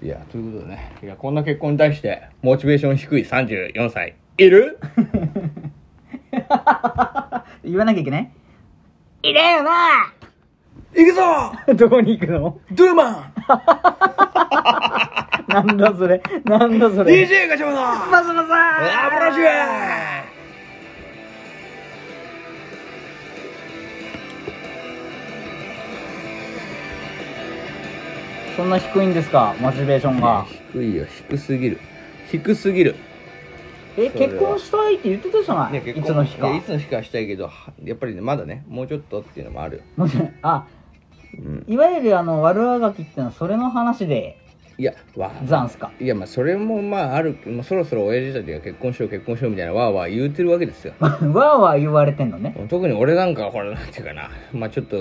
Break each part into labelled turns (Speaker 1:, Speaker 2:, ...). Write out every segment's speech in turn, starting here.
Speaker 1: いやということでねいやこんな結婚に対してモチベーション低い34歳いる
Speaker 2: 言わなきゃいけないいれよな
Speaker 1: 行くぞ
Speaker 2: どこに行くの
Speaker 1: ドゥーマン
Speaker 2: なんだそれ なんだ それ
Speaker 1: DJ がちょうど
Speaker 2: バサバサ
Speaker 1: アブラジュ
Speaker 2: そんな低いんですかモチベーションが
Speaker 1: 低いよ低すぎる低すぎる
Speaker 2: え
Speaker 1: それは
Speaker 2: 結婚したいって言ってたじゃない、いつの日か
Speaker 1: いやいつの日かはしたいけどはやっぱりねまだねもうちょっとっていうのもあるよ、
Speaker 2: もしあ
Speaker 1: うん、
Speaker 2: いわゆるあの悪あがきってのはそれの話で
Speaker 1: いやわ
Speaker 2: ざんすか
Speaker 1: いやまあそれもまああるもうそろそろ親父たちが結婚しよう結婚しようみたいなわーわー言うてるわけですよ
Speaker 2: わーわー言われてんのね
Speaker 1: 特に俺なんかはほらなんていうかなまあちょっと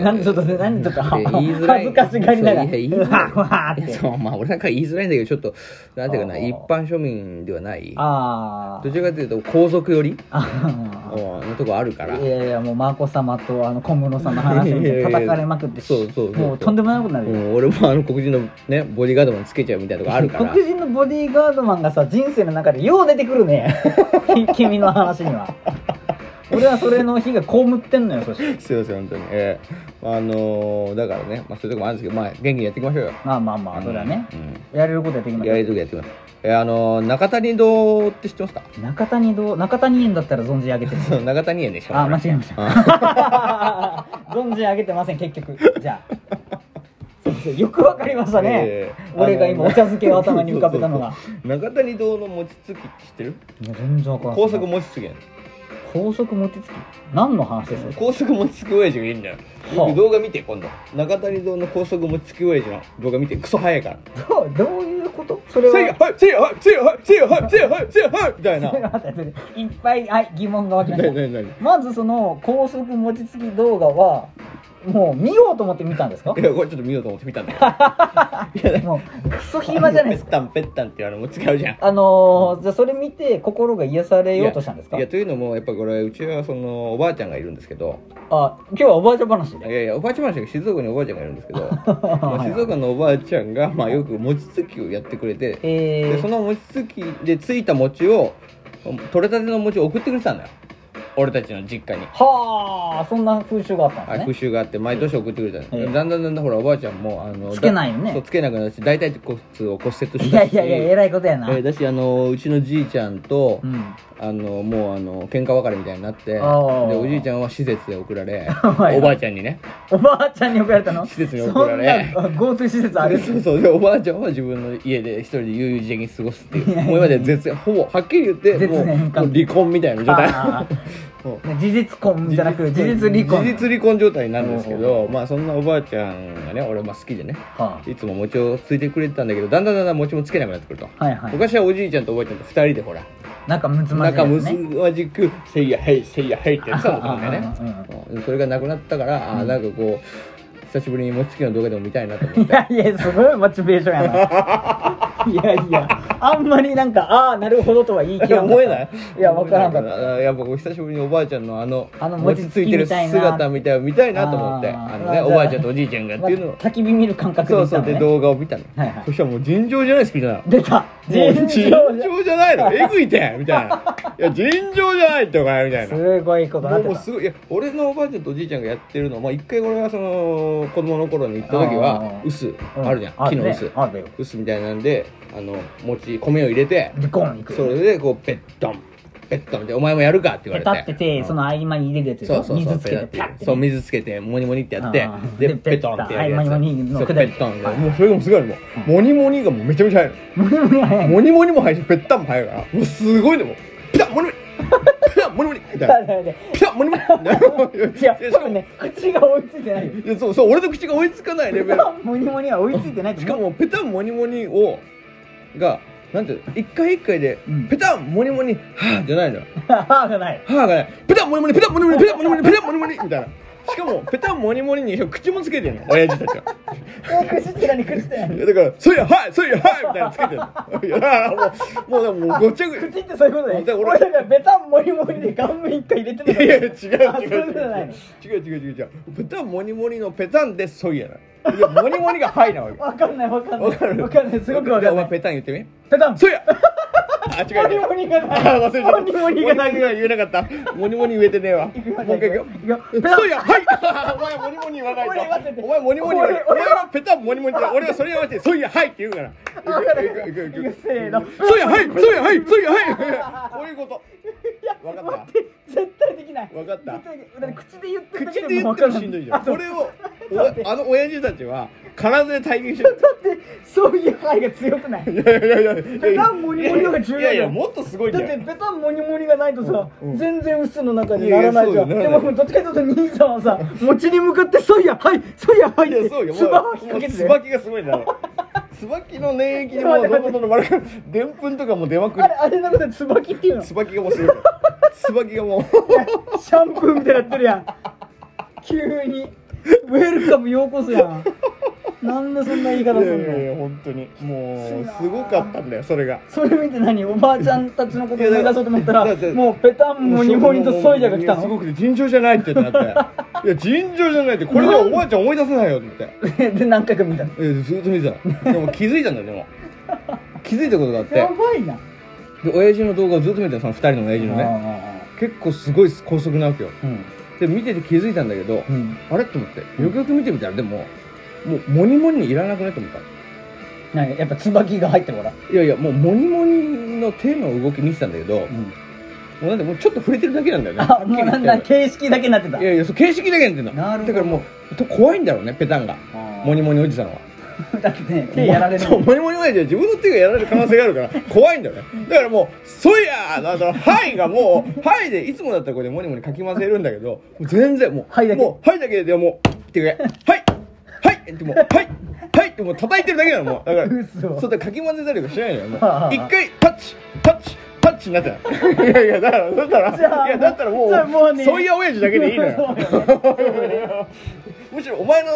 Speaker 2: なんでちょっとね、なんでちょっと
Speaker 1: いや言いづらい
Speaker 2: 恥ずかしがりながら。
Speaker 1: そういや言いづらい
Speaker 2: わーっ
Speaker 1: いや
Speaker 2: て。
Speaker 1: そうまあ俺なんか言いづらいんだけどちょっとなんていうかな
Speaker 2: あー
Speaker 1: 一般庶民ではない
Speaker 2: あ
Speaker 1: どちらかというと皇族寄り
Speaker 2: あ。
Speaker 1: うんのとこあるから
Speaker 2: いやいや、もう、眞子さまとあの小室さんの話みたいに叩かれまくってし
Speaker 1: いやいや そうそうそう
Speaker 2: もうとんでもないことにな
Speaker 1: う
Speaker 2: るよ。
Speaker 1: ん俺もあの黒人のねボディーガードマンつけちゃうみたいなとこあるから
Speaker 2: 黒人のボディーガードマンがさ、人生の中でよう出てくるね。 君の話には。 俺はそれの日が被ってんのよ、 そして。
Speaker 1: すいません本当にええあのーだからねまあそういうとこもあるんですけどまあ元気にやっていきましょうよ
Speaker 2: まあまあまあ、それはね。
Speaker 1: うん
Speaker 2: やれることやっていきまし
Speaker 1: や
Speaker 2: ょ
Speaker 1: りときやってください。えーあのー中谷堂って知ってますか？
Speaker 2: う。中谷堂、中谷園だったら存じ上げてる。
Speaker 1: そう中谷園でしかも
Speaker 2: あ、間違えま した。存じ上げてません、結局。じゃあ。そうそうよくわかりましたね。
Speaker 1: えー
Speaker 2: 俺が今、お茶漬けを頭に浮かべたの。
Speaker 1: あ
Speaker 2: が。
Speaker 1: そうそうそう中谷堂の餅つきって知ってる？
Speaker 2: いや全然わからん。
Speaker 1: 高速餅つきやね。
Speaker 2: 高速餅つき何の話ですか
Speaker 1: 高速餅つき親父がいるんだよ。よ
Speaker 2: はあ
Speaker 1: く動画見て今度。中谷堂の高速餅つき親父の動画見てクソ早いから。
Speaker 2: どうどういうことそれは
Speaker 1: せいやはいせいやはいせいやはいせいやはいせいやはいせいやはいみた いな。
Speaker 2: 待って待っていっぱい、はい、疑問が湧きま
Speaker 1: な
Speaker 2: し
Speaker 1: に
Speaker 2: た
Speaker 1: なになに
Speaker 2: まずその高速餅つき動画はもう見ようと思って見たんですか
Speaker 1: いやこれちょっと見ようと思って見たんだよ。
Speaker 2: もうクソ暇じゃないです
Speaker 1: ペッタ
Speaker 2: か
Speaker 1: ンペッタンってあのもう使うじゃん。
Speaker 2: あのー、じゃあそれ見て心が癒され
Speaker 1: い
Speaker 2: よ
Speaker 1: や
Speaker 2: うとしたんですか
Speaker 1: いやというのもやっぱこれうちはそのおばあちゃんがいるんですけど
Speaker 2: あ今日はおばあちゃん話
Speaker 1: いや
Speaker 2: で
Speaker 1: いやおばあちゃんは静岡におばあちゃんがいるんですけどまあ
Speaker 2: はい
Speaker 1: 静岡のおばあちゃんが、まあ、よく餅つきをやってくれて、
Speaker 2: え
Speaker 1: でその餅つきでついた餅を取れたての餅を送ってくれてたんだよ俺たちの実家に、
Speaker 2: はあそんな風習があった
Speaker 1: あ
Speaker 2: んです
Speaker 1: 復
Speaker 2: ね
Speaker 1: 習があって毎年送ってくれたの、
Speaker 2: ええ
Speaker 1: だんだんだんだんほらおばあちゃんもあの
Speaker 2: つけないよね
Speaker 1: だそうつけなくなったし大腿骨を骨折したし
Speaker 2: いやいやいや
Speaker 1: え
Speaker 2: 偉いことやな、
Speaker 1: ーだしあのうちのじいちゃんと、
Speaker 2: うん
Speaker 1: あのもうあの喧嘩別れみたいになってで
Speaker 2: あー
Speaker 1: おじいちゃんは施設で送られ
Speaker 2: はい
Speaker 1: おばあちゃんにね
Speaker 2: おばあちゃんに送られたの
Speaker 1: 施設に送られ
Speaker 2: そんな GoTo 施設あ
Speaker 1: で
Speaker 2: る
Speaker 1: そうそうでおばあちゃんは自分の家で一人で悠々自適に過ごすっていうもう今まで絶ほぼはっきり言って
Speaker 2: 絶縁
Speaker 1: もうもう
Speaker 2: 関係
Speaker 1: 離婚みたいな状
Speaker 2: あ
Speaker 1: 態
Speaker 2: ーね事実婚じゃなく事実離婚
Speaker 1: 事実離婚状態なんですけ
Speaker 2: おうおう
Speaker 1: どまあそんなおばあちゃんがね俺まあ好きでね
Speaker 2: はい
Speaker 1: つも餅をついてくれてたんだけどだんだんだんだん餅もつけなくなってくると、
Speaker 2: あはいはい
Speaker 1: 昔はおじいちゃんとおばあちゃんと二人でほら
Speaker 2: 仲むつまじい
Speaker 1: 仲
Speaker 2: で
Speaker 1: む
Speaker 2: す
Speaker 1: つ
Speaker 2: ね
Speaker 1: まじく「せいやはいせいやはい」ってやってた のかもね
Speaker 2: うんうん
Speaker 1: うんそれがなくなったから、あーなんかこう久しぶりに餅つきの動画でも見たいなと思っ
Speaker 2: い
Speaker 1: て
Speaker 2: やいやすごいモチベーション やないやいやあんまりなんかああなるほどとは言 い切
Speaker 1: いや
Speaker 2: らんか
Speaker 1: 思
Speaker 2: った
Speaker 1: えない
Speaker 2: いやわからんか
Speaker 1: 思
Speaker 2: っ
Speaker 1: えない
Speaker 2: た
Speaker 1: らあーやっぱこう久しぶりにおばあちゃんのあの
Speaker 2: あの
Speaker 1: 餅ついてる姿みたい見たいなと思って
Speaker 2: あー
Speaker 1: あのね
Speaker 2: あー
Speaker 1: おばあちゃんとおじいちゃんがっていうのを
Speaker 2: 焚き火見る感覚で
Speaker 1: そう
Speaker 2: いた
Speaker 1: そう
Speaker 2: のね
Speaker 1: で動画を見たの、
Speaker 2: はいはい
Speaker 1: そしたらもう尋常じゃないスピードなの
Speaker 2: 出た
Speaker 1: もう
Speaker 2: 尋
Speaker 1: 尋
Speaker 2: 常じゃ
Speaker 1: 常じゃないのえぐいてみたいないや尋常じゃないってお前みたいな
Speaker 2: すごいこと
Speaker 1: も
Speaker 2: なっ
Speaker 1: う
Speaker 2: て
Speaker 1: もう
Speaker 2: た
Speaker 1: すごいいや俺のおばあちゃんとおじいちゃんがやってるのまあ一回俺がその子供の頃に行った時は
Speaker 2: あー
Speaker 1: 臼あるじゃん、木の臼
Speaker 2: あるよ
Speaker 1: 臼みたいなんであの餅米を入れて
Speaker 2: でゴンいく
Speaker 1: それでこうペッドンペッドンって「お前もやるか」って言わ
Speaker 2: ペ
Speaker 1: れ
Speaker 2: タ
Speaker 1: て
Speaker 2: ってて、その合間に入れるやつでし
Speaker 1: そ
Speaker 2: ょ
Speaker 1: うそうそう
Speaker 2: 水つけて
Speaker 1: ペタ
Speaker 2: パッ
Speaker 1: ッ
Speaker 2: て
Speaker 1: て
Speaker 2: ね
Speaker 1: そう水つけてモニモニってやって
Speaker 2: あー
Speaker 1: で
Speaker 2: で
Speaker 1: ペトンってやるやつ
Speaker 2: はいモニモニの
Speaker 1: そう
Speaker 2: くだり
Speaker 1: ペトンで
Speaker 2: はい
Speaker 1: もうそれがもうすごいもうモニモニがもうめちゃめちゃ速い
Speaker 2: もにもに早
Speaker 1: の
Speaker 2: い
Speaker 1: モニモニも速いしペッタンも速いからもうすごいねもうペタッモニモニペタッモニモニみた いなピタッモニモニ
Speaker 2: いや、多分ね、口が追いついてないよ。
Speaker 1: いやそうそう俺の口が追いつかないレベル
Speaker 2: もにもには追いついてないと
Speaker 1: しか
Speaker 2: 思う。
Speaker 1: もペタンモニモニをがなんていうの一回一回で
Speaker 2: うん
Speaker 1: ペタンモニモニはぁじゃないのよ
Speaker 2: 歯がない。
Speaker 1: 母がね、ペタンモニモニ、ペタンモニモニ、ペタンモニモニ、ペタンモニモニみたいな。しかも、ペタンモニモニに口もつけてんの、親父たちは。
Speaker 2: え、口って何口って
Speaker 1: い
Speaker 2: 何
Speaker 1: やだから、そりゃ、はい、そりゃ、はいみたいなのつけてんの。いや、もう、もう、もうごっちゃごちゃ。
Speaker 2: 口ってそういうこと
Speaker 1: だか
Speaker 2: ね。
Speaker 1: ら
Speaker 2: 俺
Speaker 1: 俺
Speaker 2: だからベタンもにもにで顔面一回入れて
Speaker 1: いやいや違う違う違う
Speaker 2: あそういうことじゃないの
Speaker 1: 違う違う違う違うペタンモニモニのペタンでそいやないやモニモニが「はい」なわけ
Speaker 2: わかん ないわかんない
Speaker 1: わかる
Speaker 2: わかんないすごくわかんな
Speaker 1: じゃあお前
Speaker 2: い
Speaker 1: ペタン言ってみ
Speaker 2: ペタン
Speaker 1: そうやあ違う違う
Speaker 2: モニモニが
Speaker 1: あ
Speaker 2: ない
Speaker 1: 忘れちゃった
Speaker 2: モニモニがない
Speaker 1: モニモニが言えなかったモニモニ言えてねえわもう
Speaker 2: いく
Speaker 1: 一
Speaker 2: よ
Speaker 1: 回いくよ
Speaker 2: いくよペタン
Speaker 1: そうやはい お前モニモニ言わない
Speaker 2: 俺言わせて
Speaker 1: とお前モニモニ言わないお
Speaker 2: 俺俺
Speaker 1: 前はペタンモニモニって俺はそれ言われてそうやはいって言うから
Speaker 2: わかる
Speaker 1: いくいくいくいくいく
Speaker 2: せーの
Speaker 1: そうやはいそうやはいそうや はいこういうこと
Speaker 2: いや
Speaker 1: わかった
Speaker 2: 待って絶対できない
Speaker 1: わかった
Speaker 2: 絶対できないだって口で言ってるだ
Speaker 1: 口で
Speaker 2: けで
Speaker 1: 言
Speaker 2: も
Speaker 1: っ
Speaker 2: わ
Speaker 1: ても
Speaker 2: か
Speaker 1: しん
Speaker 2: んない
Speaker 1: どいじ
Speaker 2: あ
Speaker 1: ゃん
Speaker 2: と
Speaker 1: それをおあの親父たちは体で体現してる
Speaker 2: だってそういう愛が強くない
Speaker 1: いやいやいやいや
Speaker 2: ペタンモニモニの方が重要
Speaker 1: い
Speaker 2: だよ
Speaker 1: やいやもっとすごいん
Speaker 2: だっ
Speaker 1: だ
Speaker 2: て
Speaker 1: よ
Speaker 2: ペタンモニモニがないとさ、
Speaker 1: うんうん
Speaker 2: 全然薄の中にならないじゃん
Speaker 1: いやいやそうだよな
Speaker 2: でももうどっちかというと兄さんはさ餅に向かって「そういやはいそういやはい」
Speaker 1: い
Speaker 2: って
Speaker 1: やそうよ
Speaker 2: 唾を引っ掛けて
Speaker 1: つばきがすごいんだろつばきの粘液にもうどんどんどんどん丸くでんぷんとかも出まく
Speaker 2: あ
Speaker 1: り
Speaker 2: れあれのことでつばきっていうの
Speaker 1: つばきがもうすごいからつばきがもう
Speaker 2: シャンプーみたいなやってるやん急にウェルカムようこそやんなんでそんな言い方す
Speaker 1: いや
Speaker 2: ん
Speaker 1: いやい
Speaker 2: の
Speaker 1: や本当にもうすごかったんだよそれが
Speaker 2: それ見て何おばあちゃんたちのこと
Speaker 1: いや
Speaker 2: 思
Speaker 1: だ
Speaker 2: い出そうと思ったら
Speaker 1: だって
Speaker 2: もうペタンモニモニとソイジャが来た
Speaker 1: いやすご
Speaker 2: の
Speaker 1: くて尋常じゃないってなっていや尋常じゃないってこれではおばあちゃん思い出せないよって
Speaker 2: で何回か見たの
Speaker 1: えずっと見てたでも気づいたんだよでも気づいたことがあって
Speaker 2: やばいな
Speaker 1: で親父の動画をずっと見てたその2人の親父のね結構すごい高速なわけよ
Speaker 2: うん
Speaker 1: で見てて気づいたんだけど、
Speaker 2: うん
Speaker 1: あれと思ってよくよく見てみたらでももうモニモニいらなくないと思った
Speaker 2: なんかやっぱつばきが入ってもらう
Speaker 1: いやいやもうモニモニの手の動き見てたんだけど、もうなんでもうちょっと触れてるだけなんだよね
Speaker 2: あもうなんだ
Speaker 1: はっきり
Speaker 2: 形式だけになって
Speaker 1: 言
Speaker 2: た
Speaker 1: っていやいやそう形式だけなんての
Speaker 2: なるほど
Speaker 1: だからもうと怖いんだろうねペタンがモニモニおじさんは
Speaker 2: だってね手やられる
Speaker 1: そうモニモニおじさんは自分の手がやられる可能性があるから 怖いんだよねだからもう「そや!」だから「はい」がもう「はい」でいつもだったらこれでモニモニかき混ぜるんだけどもう全然もう「
Speaker 2: はいだけ
Speaker 1: もう「はい」だけでもう「っていうかはいはい」ってもう「はい」はいってもう叩いてるだけなのもうだから
Speaker 2: 嘘
Speaker 1: そうだかき混ぜたりとかしないのよもう
Speaker 2: はあはあ
Speaker 1: 一回タッチタッチタッチになってたいやいやだからだった
Speaker 2: じゃ
Speaker 1: ら
Speaker 2: あ
Speaker 1: いやだったらも
Speaker 2: じゃあもう
Speaker 1: う
Speaker 2: ね
Speaker 1: そういう親父だけでいいのよ
Speaker 2: そう
Speaker 1: むしろお前の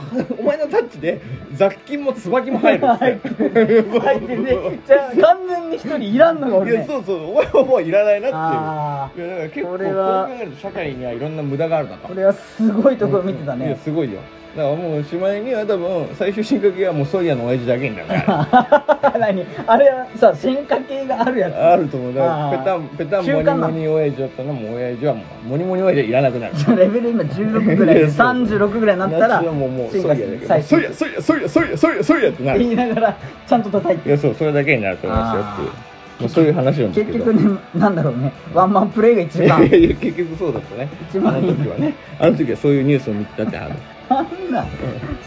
Speaker 1: お前のタッチで雑菌も椿も入る
Speaker 2: 入って入ってねじゃあ完全に一人いらんのが
Speaker 1: い
Speaker 2: 俺
Speaker 1: や
Speaker 2: ね
Speaker 1: そうそうお前はもういらないな
Speaker 2: あ
Speaker 1: っ
Speaker 2: あ
Speaker 1: ていういやだから結構こ
Speaker 2: こ
Speaker 1: う
Speaker 2: れは
Speaker 1: 考えると社会にはいろんな無駄があるなと
Speaker 2: これはすごいところ見てた
Speaker 1: いや
Speaker 2: ね
Speaker 1: すごいよだからもうしまいには多分最終進化系はもうソイヤの親父だけになるから
Speaker 2: 何あれはさ進化系があるやつ
Speaker 1: あると思うだから
Speaker 2: あー
Speaker 1: ペタンペタン
Speaker 2: 習
Speaker 1: モ
Speaker 2: 慣
Speaker 1: ニ
Speaker 2: なの
Speaker 1: モニ親父だったのも親父はもうモニモニ親父はいらなくなる
Speaker 2: じゃあレベル今16ぐらい
Speaker 1: いや
Speaker 2: で
Speaker 1: そう
Speaker 2: 36ぐらいになったら
Speaker 1: 夏はもうもうソイ
Speaker 2: 進
Speaker 1: ヤだ
Speaker 2: 化
Speaker 1: け
Speaker 2: す
Speaker 1: ど
Speaker 2: る最
Speaker 1: ソ
Speaker 2: 新
Speaker 1: イヤソイヤソイヤソイヤソイヤソイヤってなる
Speaker 2: 言いながらちゃんと叩い
Speaker 1: い
Speaker 2: て
Speaker 1: やそうそれだけになると思いますよってい
Speaker 2: あ
Speaker 1: うもうそういう話なんです
Speaker 2: 結
Speaker 1: けど
Speaker 2: 局ねなんだろうねワンマンプレイが一
Speaker 1: いやいや
Speaker 2: 番
Speaker 1: いや結局そうだったね
Speaker 2: 一番
Speaker 1: あの時はねあの時はそういうニュースを見てたってある
Speaker 2: なんだ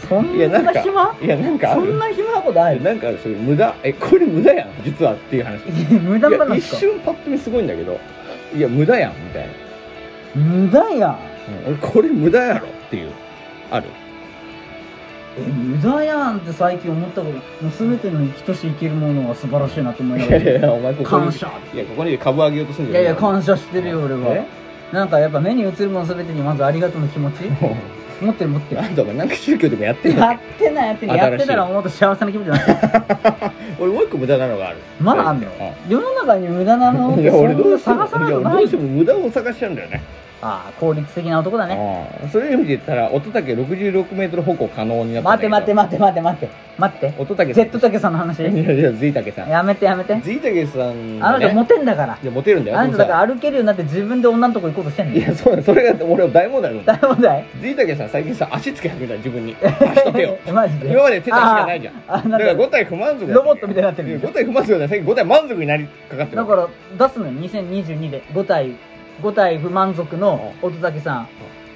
Speaker 2: そ
Speaker 1: いやなん
Speaker 2: ん
Speaker 1: か
Speaker 2: な暇
Speaker 1: いやなんかあ
Speaker 2: そ
Speaker 1: る
Speaker 2: んな暇なことあ
Speaker 1: いや
Speaker 2: る
Speaker 1: なんかそういう無駄えこれ無駄やん実はっていう話い
Speaker 2: いや 無駄
Speaker 1: や
Speaker 2: 話
Speaker 1: 一
Speaker 2: か
Speaker 1: 瞬パッと見すごいんだけどいや無駄やんみたいな、
Speaker 2: 無駄やん
Speaker 1: うん、俺これ無駄やろっていうある
Speaker 2: え無駄やんって最近思ったこともう全ての生きとし生けるものは素晴らしいなと思いないが
Speaker 1: やい
Speaker 2: ら
Speaker 1: やいやお前ここに
Speaker 2: 感謝
Speaker 1: いやここに株上げようとするん
Speaker 2: い
Speaker 1: じゃ
Speaker 2: やい
Speaker 1: な
Speaker 2: や感謝し
Speaker 1: して
Speaker 2: るよ俺はなんかやっぱ目に映るもの全てにまずありがとうの気持ち持ってる持ってる
Speaker 1: あんたお 前なんか宗教でもやってんの
Speaker 2: やってないやってな
Speaker 1: 新し
Speaker 2: い
Speaker 1: い
Speaker 2: やってたらもっと幸せな気持ちになってる
Speaker 1: 俺もう一個無駄なのがある
Speaker 2: まだあん のよ世の中に無駄なのっ
Speaker 1: い
Speaker 2: て
Speaker 1: や
Speaker 2: そ
Speaker 1: 俺
Speaker 2: ん
Speaker 1: どう
Speaker 2: な
Speaker 1: しても
Speaker 2: 探さないく
Speaker 1: や
Speaker 2: な
Speaker 1: どう
Speaker 2: い
Speaker 1: しても無駄を探しちゃうんだよね
Speaker 2: ああ効率的な男だね
Speaker 1: ああそういう意味で言ったら乙武 66m 歩行可能になった
Speaker 2: 待て待て待て待て待て待って
Speaker 1: 乙武
Speaker 2: Z 竹さんの話
Speaker 1: いやいや Z 武さん
Speaker 2: やめてやめて
Speaker 1: Z 武さん
Speaker 2: あなたモテんだから
Speaker 1: いやモテるんだよ
Speaker 2: あなただ
Speaker 1: でも
Speaker 2: から歩けるようになって自分で女のとこ行こうとしてん
Speaker 1: さ
Speaker 2: の
Speaker 1: いやそうだそれが俺は大問題だ
Speaker 2: 大問題
Speaker 1: Z 武さん最近さ足つけ始めた自分に足と 手を
Speaker 2: マジで
Speaker 1: 今まで手と足がないじゃん
Speaker 2: ああな
Speaker 1: だ
Speaker 2: ん
Speaker 1: から
Speaker 2: か
Speaker 1: 5体不満足
Speaker 2: ロボットみたいになってる
Speaker 1: 5体不満足だよ最近5体満足になりかかってる
Speaker 2: だから出すのよ2022で5体5体不満足の乙武さん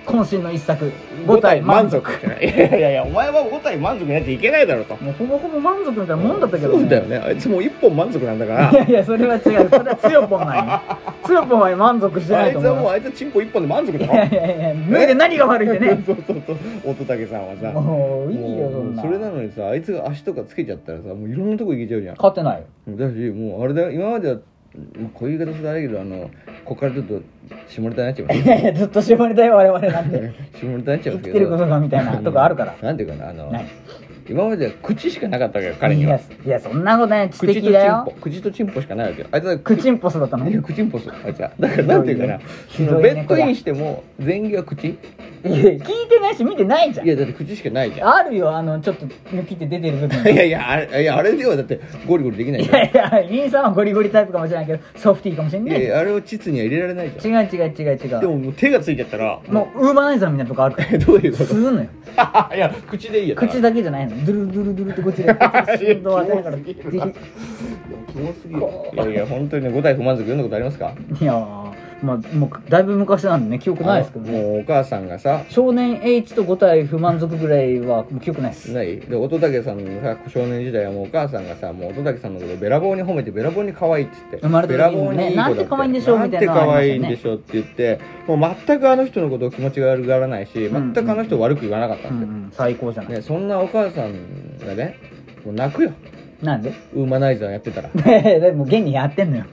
Speaker 2: 渾身の一作
Speaker 1: 5
Speaker 2: 5
Speaker 1: 体
Speaker 2: 体
Speaker 1: 満
Speaker 2: 満
Speaker 1: 足
Speaker 2: 足
Speaker 1: いやいやいやお前は5体満足になっちゃいけないだろうと
Speaker 2: もうほぼほぼ満足みたいなもんだったけど、ね、
Speaker 1: そうだよねあいつもう1本満足なんだから
Speaker 2: いやいやそれは違うそれは強ぽんないね強ぽんは満足して
Speaker 1: あ
Speaker 2: ない
Speaker 1: いつ
Speaker 2: と
Speaker 1: はもう
Speaker 2: 思う
Speaker 1: あいつはチンポ一本で満足だ
Speaker 2: いや
Speaker 1: ろ
Speaker 2: いやいや脱いで何が悪いって ね
Speaker 1: そうそうそう乙武さんはさ
Speaker 2: もういいよそ
Speaker 1: もうん
Speaker 2: な
Speaker 1: れなのにさあいつが足とかつけちゃったらさもういろんなとこ行けちゃうじゃんだ
Speaker 2: 勝てないよ
Speaker 1: しもうあれだよ今まではまあこういう言い方するあれだけどあのここからちょっと下ネタになっちゃう
Speaker 2: いやいやずっと絞りたい我々なんて
Speaker 1: 下ネタになっちゃう
Speaker 2: 生
Speaker 1: ん
Speaker 2: きてることがみたいなとこあるから
Speaker 1: なんていうかなあの
Speaker 2: ない
Speaker 1: 今までは口しかなかったわけよ彼にはい
Speaker 2: やいやそんなことない知
Speaker 1: 口と
Speaker 2: 的
Speaker 1: チン
Speaker 2: だよ
Speaker 1: ポ口とチンポしかないわけよあいつは
Speaker 2: クチンポスだったの
Speaker 1: いや口んぽそうあいつはだからなんていうかな
Speaker 2: ひ
Speaker 1: その
Speaker 2: どい
Speaker 1: ベ
Speaker 2: ね
Speaker 1: ッドインしても前戯は口
Speaker 2: いや聞いてないし見てないじゃ
Speaker 1: いや
Speaker 2: ん
Speaker 1: だって口しかないじゃん
Speaker 2: あるよあのちょっと抜きって出てる部分
Speaker 1: いやいやあれいやあれではだってゴリゴリできない
Speaker 2: い
Speaker 1: じゃん
Speaker 2: やいやリンさんはゴリゴリタイプかもしれないけどソフティーかもしれ
Speaker 1: い
Speaker 2: な
Speaker 1: や
Speaker 2: い
Speaker 1: いやあれを膣には入れられないじゃ
Speaker 2: 違う違う違う違
Speaker 1: んで
Speaker 2: う
Speaker 1: ももう手がついちゃったら
Speaker 2: もうウーバーナイザーみたいなとこあるから
Speaker 1: どういうこと
Speaker 2: 吸うのよ
Speaker 1: いや口でいいやったら
Speaker 2: 口だけじゃないのドゥルドゥルドゥルってこ っちでこっちで振動を当てながら
Speaker 1: いやキモすぎ
Speaker 2: い
Speaker 1: るなキモすぎるいやいや本当にね五体不満足読んだことありますか
Speaker 2: やーまあもうだいぶ昔なんでね記憶ないですけ
Speaker 1: あ
Speaker 2: ど
Speaker 1: の
Speaker 2: ね
Speaker 1: もうお母さんがさ
Speaker 2: 少年 H と五体不満足ぐらいはもう記憶ないです
Speaker 1: ないで乙武さんのさ少年時代はもうお母さんがさもう乙武さんのことべらぼうに褒めてべらぼうに可愛いって言って
Speaker 2: 生まれた
Speaker 1: べ
Speaker 2: 時
Speaker 1: ら
Speaker 2: に
Speaker 1: ぼう
Speaker 2: ね
Speaker 1: にいい子だ
Speaker 2: な
Speaker 1: っ
Speaker 2: んて可愛いんでしょうみたいな
Speaker 1: なんて
Speaker 2: の
Speaker 1: 可
Speaker 2: ありました
Speaker 1: 愛い
Speaker 2: よ
Speaker 1: ん
Speaker 2: ね
Speaker 1: でしょうって言ってもう全くあの人のことを気持ち悪がらないし
Speaker 2: うん
Speaker 1: 全くあの人を悪く言わなかった
Speaker 2: うん
Speaker 1: で、
Speaker 2: ん、うん、最高じゃない、
Speaker 1: ね、そんなお母さんがねもう泣くよ
Speaker 2: なんで
Speaker 1: ウーマナイザーやってたら
Speaker 2: でも現にやってんのよ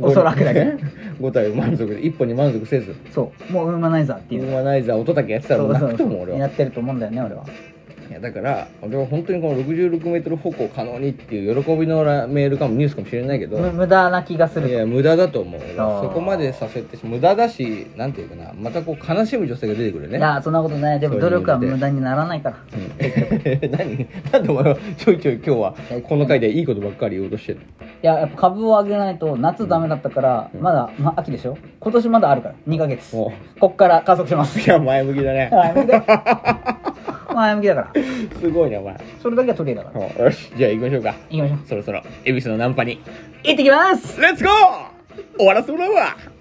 Speaker 2: おそらくだけど
Speaker 1: 五体を満足で一歩に満足せず
Speaker 2: そうもうウーマナイザーって
Speaker 1: ウ
Speaker 2: いう
Speaker 1: ーマナイザー乙武やってたらもう泣くと思う俺は
Speaker 2: やってると思うんだよね俺はい
Speaker 1: やだから俺は本当にこの 66m 歩行可能にっていう喜びのラメールかもニュースかもしれないけど、
Speaker 2: む無駄な気がする
Speaker 1: いや無駄だと思う俺は
Speaker 2: あー
Speaker 1: そこまでさせてし無駄だしなんていうかなまたこう悲しむ女性が出てくるよね
Speaker 2: いやそんなことないでも
Speaker 1: そうい
Speaker 2: 努
Speaker 1: う意味で
Speaker 2: 力は無駄にならないから
Speaker 1: うん何なんで お前はちょいちょい今日はこの回でいいことばっかり言おうとしてる
Speaker 2: いややっぱ株を上げないと夏ダメだったから、
Speaker 1: うん
Speaker 2: まだ、ま、秋でしょ今年まだあるから2ヶ月
Speaker 1: お
Speaker 2: こっから加速 します
Speaker 1: いや前向きだね
Speaker 2: 前向きだ前向きだから
Speaker 1: すごいねお前
Speaker 2: それだけは取り柄だから
Speaker 1: およしじゃあ行きましょうか
Speaker 2: 行きましょう
Speaker 1: そろそろ恵比寿のナンパに
Speaker 2: 行ってきます
Speaker 1: レッツゴー終わらせてもらうわ